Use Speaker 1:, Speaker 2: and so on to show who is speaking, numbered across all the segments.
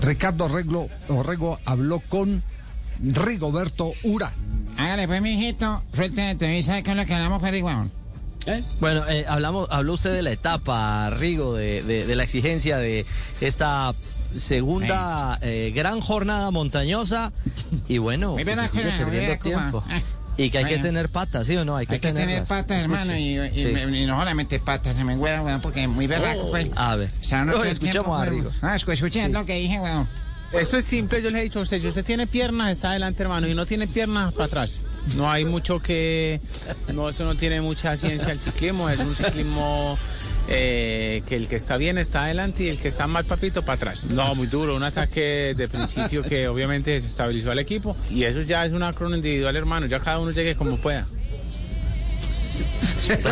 Speaker 1: Ricardo Reglo, Orrego habló con Rigoberto Urán.
Speaker 2: Hágale pues, mijito, suelta la entrevista con lo que hablamos, Periguán.
Speaker 3: Bueno, eh, hablamos, habló usted de la etapa, Rigo, de, de- de la exigencia de esta segunda eh, gran jornada montañosa y bueno,
Speaker 2: Muy
Speaker 3: que
Speaker 2: buena
Speaker 3: se sigue
Speaker 2: jornada,
Speaker 3: perdiendo
Speaker 2: buena,
Speaker 3: tiempo.
Speaker 2: Cuba. Ah,
Speaker 3: Y que hay que
Speaker 2: bueno.
Speaker 3: tener patas, ¿sí o no? Hay que,
Speaker 2: Hay que tener
Speaker 3: tenerlas.
Speaker 2: patas, hermano, y,
Speaker 3: Escuche.
Speaker 2: y-
Speaker 3: Sí.
Speaker 2: y no solamente patas, se me engüera, weón, porque es muy berraco, pues.
Speaker 3: A ver.
Speaker 2: O sea, no
Speaker 3: ah. Oye,
Speaker 2: tiene
Speaker 3: escuchamos a
Speaker 2: tiempo,
Speaker 3: Rigo.
Speaker 2: weón. No, escu- escuchen
Speaker 3: Sí.
Speaker 2: lo que dije, weón.
Speaker 4: Eso es simple, yo les he dicho a usted, si usted tiene piernas, está adelante, hermano, y no tiene piernas, para atrás. No hay mucho que... No, eso no tiene mucha ciencia el ciclismo, es un ciclismo eh, que el que está bien está adelante y el que está mal, papito, para atrás. No, muy duro, un ataque de principio que obviamente desestabilizó al equipo, y eso ya es una crono individual, hermano, ya cada uno llegue como pueda.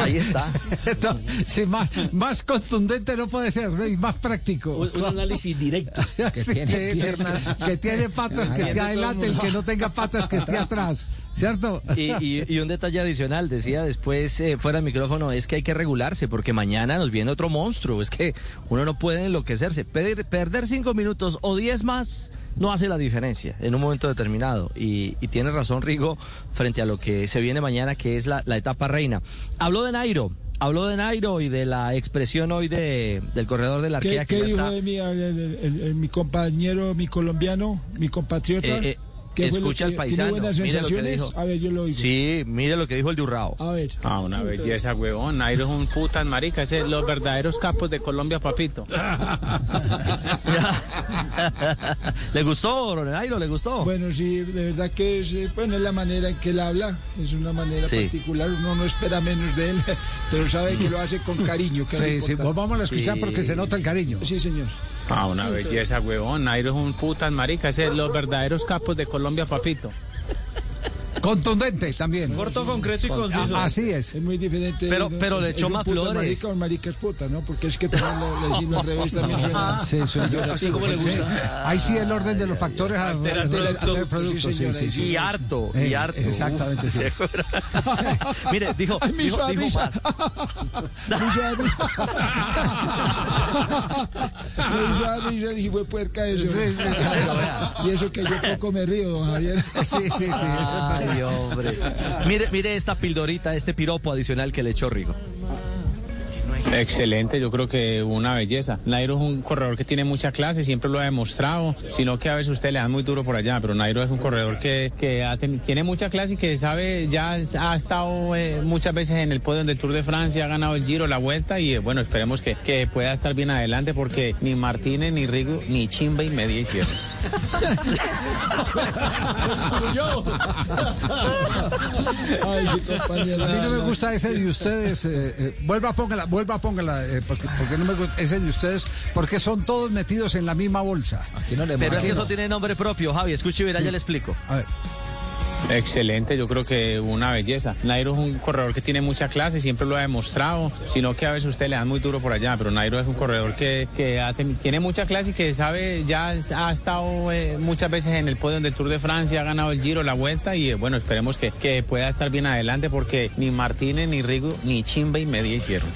Speaker 3: Ahí está.
Speaker 1: No, sí, más, más contundente no puede ser, ¿no? y más práctico.
Speaker 5: Un, un análisis directo.
Speaker 1: Que tiene piernas. Que tiene patas que esté adelante, el que no tenga patas que esté atrás. ¿Cierto?
Speaker 3: Y, y- y un detalle adicional, decía después eh, fuera del micrófono, es que hay que regularse porque mañana nos viene otro monstruo. Es que uno no puede enloquecerse. Perder, perder cinco minutos o diez más no hace la diferencia en un momento determinado. Y, y tiene razón Rigo frente a lo que se viene mañana, que es la, la etapa reina. Habló de Nairo. Habló de Nairo y de la expresión hoy de, del corredor de la
Speaker 6: ¿Qué,
Speaker 3: arquea
Speaker 6: qué
Speaker 3: que ya
Speaker 6: dijo
Speaker 3: está-
Speaker 6: de mí el- el- el- el- mi compañero, mi colombiano, mi compatriota?
Speaker 3: Eh, eh,
Speaker 6: ¿Qué fue lo
Speaker 3: escucha
Speaker 6: que-
Speaker 3: al paisano,
Speaker 6: ¿Tiene buenas
Speaker 3: mira lo que
Speaker 6: sensaciones?
Speaker 3: dijo.
Speaker 6: A ver, yo lo oigo.
Speaker 3: Sí, mire lo que dijo el de Urrao.
Speaker 6: A ver.
Speaker 4: Ah, una belleza, huevón. Nairo es un putas marica, ese es los verdaderos capos de Colombia, papito.
Speaker 3: ¿Le gustó, Nairo? ¿Le gustó?
Speaker 6: Bueno, sí, de verdad que es, eh, bueno, es la manera en que él habla, es una manera
Speaker 3: Sí.
Speaker 6: particular, uno no espera menos de él, pero sabe que lo hace con cariño. Que es lo
Speaker 1: Sí, sí,
Speaker 6: importante.
Speaker 1: vamos a escuchar
Speaker 3: Sí.
Speaker 1: porque se nota el cariño.
Speaker 6: Sí, señor.
Speaker 4: Ah, una belleza, huevón. Nairo es un putas marica, ese es los verdaderos capos de Colombia, papito.
Speaker 1: Contundente también.
Speaker 7: Corto, concreto y conciso.
Speaker 1: Ah, Así es.
Speaker 6: Es muy diferente.
Speaker 3: Pero- pero le
Speaker 6: Es
Speaker 3: echó
Speaker 6: un
Speaker 3: más
Speaker 6: puta
Speaker 3: flores.
Speaker 6: Marica, un marica es puta, ¿no? Porque es que también lo- le decirlo al revés también suena.
Speaker 1: Sí, señor.
Speaker 5: ¿Usted cómo le
Speaker 1: Sí. Ahí sí el orden de los factores a-
Speaker 7: Altera el
Speaker 1: a- altera
Speaker 7: producto.
Speaker 1: el producto,
Speaker 6: Sí,
Speaker 1: sí,
Speaker 6: señor,
Speaker 1: sí,
Speaker 6: ahí
Speaker 1: sí.
Speaker 3: Y harto, y
Speaker 1: Eh,
Speaker 3: harto.
Speaker 1: exactamente, sí.
Speaker 3: Mire, dijo,
Speaker 6: Ay, me
Speaker 3: dijo,
Speaker 6: hizo la
Speaker 3: dijo
Speaker 6: risa.
Speaker 3: más.
Speaker 6: Me hizo dar risa, dije, fue puerca eso.
Speaker 1: Sí, sí.
Speaker 6: Y eso que yo poco me río, don Javier.
Speaker 1: Sí, sí, sí.
Speaker 3: Ay, hombre. Mire, mire esta pildorita, este piropo adicional que le echó Rigo.
Speaker 4: Excelente, yo creo que una belleza. Nairo es un corredor que tiene mucha clase, siempre lo ha demostrado, sino que a veces usted le dan muy duro por allá, pero Nairo es un corredor que, que ha teni- tiene mucha clase y que sabe, ya ha estado eh, muchas veces en el podio del Tour de Francia, ha ganado el Giro, la Vuelta y eh, bueno, esperemos que, que pueda estar bien adelante porque ni Martínez, ni Rigo, ni Chimba y media hicieron.
Speaker 6: Ay, mi compañero.
Speaker 1: A mí no me gusta ese de ustedes. eh, eh, vuelva, póngala, vuelva, póngala. eh, porque, porque no me gusta ese de ustedes. Porque son todos metidos en la misma bolsa.
Speaker 3: Pero es que eso tiene nombre propio, Javi. Escuche y verá, ya le explico.
Speaker 1: A ver.
Speaker 4: Excelente, yo creo que una belleza. Nairo es un corredor que tiene mucha clase, siempre lo ha demostrado, sino que a veces usted le dan muy duro por allá, pero Nairo es un corredor que, que ha teni- tiene mucha clase y que sabe, ya ha estado eh, muchas veces en el podio del Tour de Francia, ha ganado el Giro, la Vuelta y eh, bueno, esperemos que, que pueda estar bien adelante porque ni Martínez, ni Rigo, ni Chimba y media hicieron.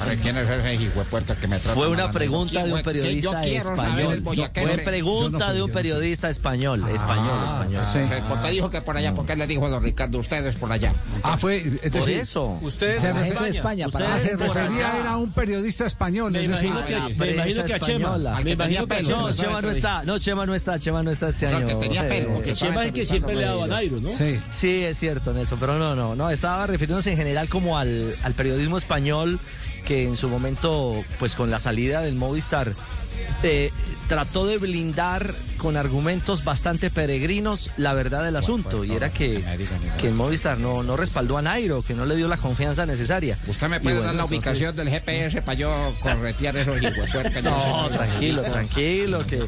Speaker 2: A ver, ¿quién es ese hijo de puerta que me trata?
Speaker 3: Fue una
Speaker 2: mal?
Speaker 3: pregunta de un
Speaker 2: ¿Quién- quién-
Speaker 3: periodista
Speaker 2: yo quiero saber el
Speaker 3: español.
Speaker 2: boyaquero. Yo
Speaker 3: Fue
Speaker 2: no
Speaker 3: pregunta de un periodista español.
Speaker 1: Ah.
Speaker 3: Español, español.
Speaker 1: Sí.
Speaker 2: Usted dijo que Ah, por allá, ¿por qué le dijo a don Ricardo ustedes por allá?
Speaker 1: Ah, fue. Es
Speaker 3: Por
Speaker 1: decir,
Speaker 3: eso.
Speaker 7: Ustedes
Speaker 1: Se
Speaker 7: en
Speaker 1: refiere a España, Ah, se
Speaker 3: Ustedes por
Speaker 1: refería
Speaker 3: acá.
Speaker 1: era a un periodista español.
Speaker 5: Me
Speaker 1: Es decir,
Speaker 5: imagino que,
Speaker 3: prensa
Speaker 5: me imagino que a Chema.
Speaker 3: española.
Speaker 5: Me
Speaker 2: Al que
Speaker 5: imagino que
Speaker 2: tenía
Speaker 5: a
Speaker 2: pelo,
Speaker 5: Chema.
Speaker 3: No,
Speaker 2: Eso
Speaker 3: Chema no
Speaker 2: dije.
Speaker 3: está. No, Chema no está. Chema no está este
Speaker 2: Eso
Speaker 3: año.
Speaker 2: que tenía pelo, que
Speaker 3: Eh,
Speaker 2: estaba
Speaker 5: Chema es el que siempre le ha dado a Nairo, ¿no?
Speaker 1: sí.
Speaker 3: Sí, es cierto, Nelson, pero no, no, no, estaba refiriéndose en general como al, al periodismo español que en su momento, pues con la salida del Movistar, eh, trató de blindar con argumentos bastante peregrinos la verdad del asunto, y era que, que el Movistar no, no respaldó a Nairo, que no le dio la confianza necesaria.
Speaker 2: Usted me
Speaker 3: Y
Speaker 2: puede
Speaker 3: bueno,
Speaker 2: dar la
Speaker 3: entonces-
Speaker 2: ubicación del GPS para yo corretear esos hijos de puerta. Yo
Speaker 3: No,
Speaker 2: soy-
Speaker 3: tranquilo, tranquilo, que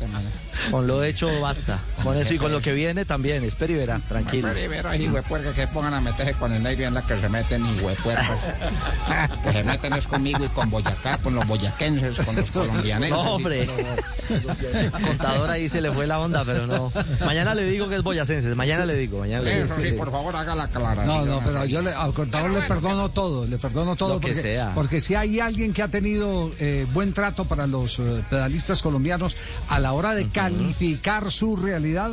Speaker 3: con lo hecho basta. Con eso y con lo que viene también, espera y verá, tranquilo.
Speaker 2: Primero hay hijuepuercas que pongan a meterse con el aire en la que se meten hijuepuercas. que se meten es conmigo y con Boyacá, con los boyaquenses, con los colombianos.
Speaker 3: No, hombre. Contador ahí se le fue fue la onda, pero no. Mañana le digo que es boyacense, mañana le digo, mañana le digo.
Speaker 2: Eso sí, por favor, haga la
Speaker 3: Ah,
Speaker 2: clara.
Speaker 1: No, no, pero yo le, al contador le perdono todo, le perdono todo.
Speaker 3: Lo que
Speaker 1: porque,
Speaker 3: sea.
Speaker 1: porque si hay alguien que ha tenido eh, buen trato para los eh, pedalistas colombianos a la hora de calificar su realidad,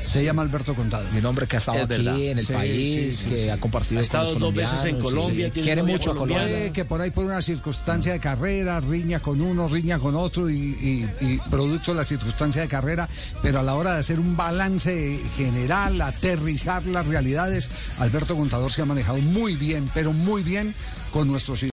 Speaker 1: se llama Alberto Contador.
Speaker 2: Y un hombre que ha estado
Speaker 3: Es
Speaker 2: aquí
Speaker 3: verdad.
Speaker 2: en el
Speaker 1: Sí,
Speaker 2: país,
Speaker 1: sí, sí,
Speaker 2: que
Speaker 1: sí.
Speaker 2: ha compartido
Speaker 5: Ha estado
Speaker 2: con los
Speaker 5: dos veces en
Speaker 2: colombianos,
Speaker 5: Colombia, tiene
Speaker 2: Quiere
Speaker 5: novia
Speaker 2: mucho a Colombia.
Speaker 5: colombiana.
Speaker 1: Puede eh, que por ahí por una circunstancia de carrera, riña con uno, riña con otro y, y- y producto de la circunstancia de carrera, pero a la hora de hacer un balance general, aterrizar las realidades, Alberto Contador se ha manejado muy bien, pero muy bien con nuestros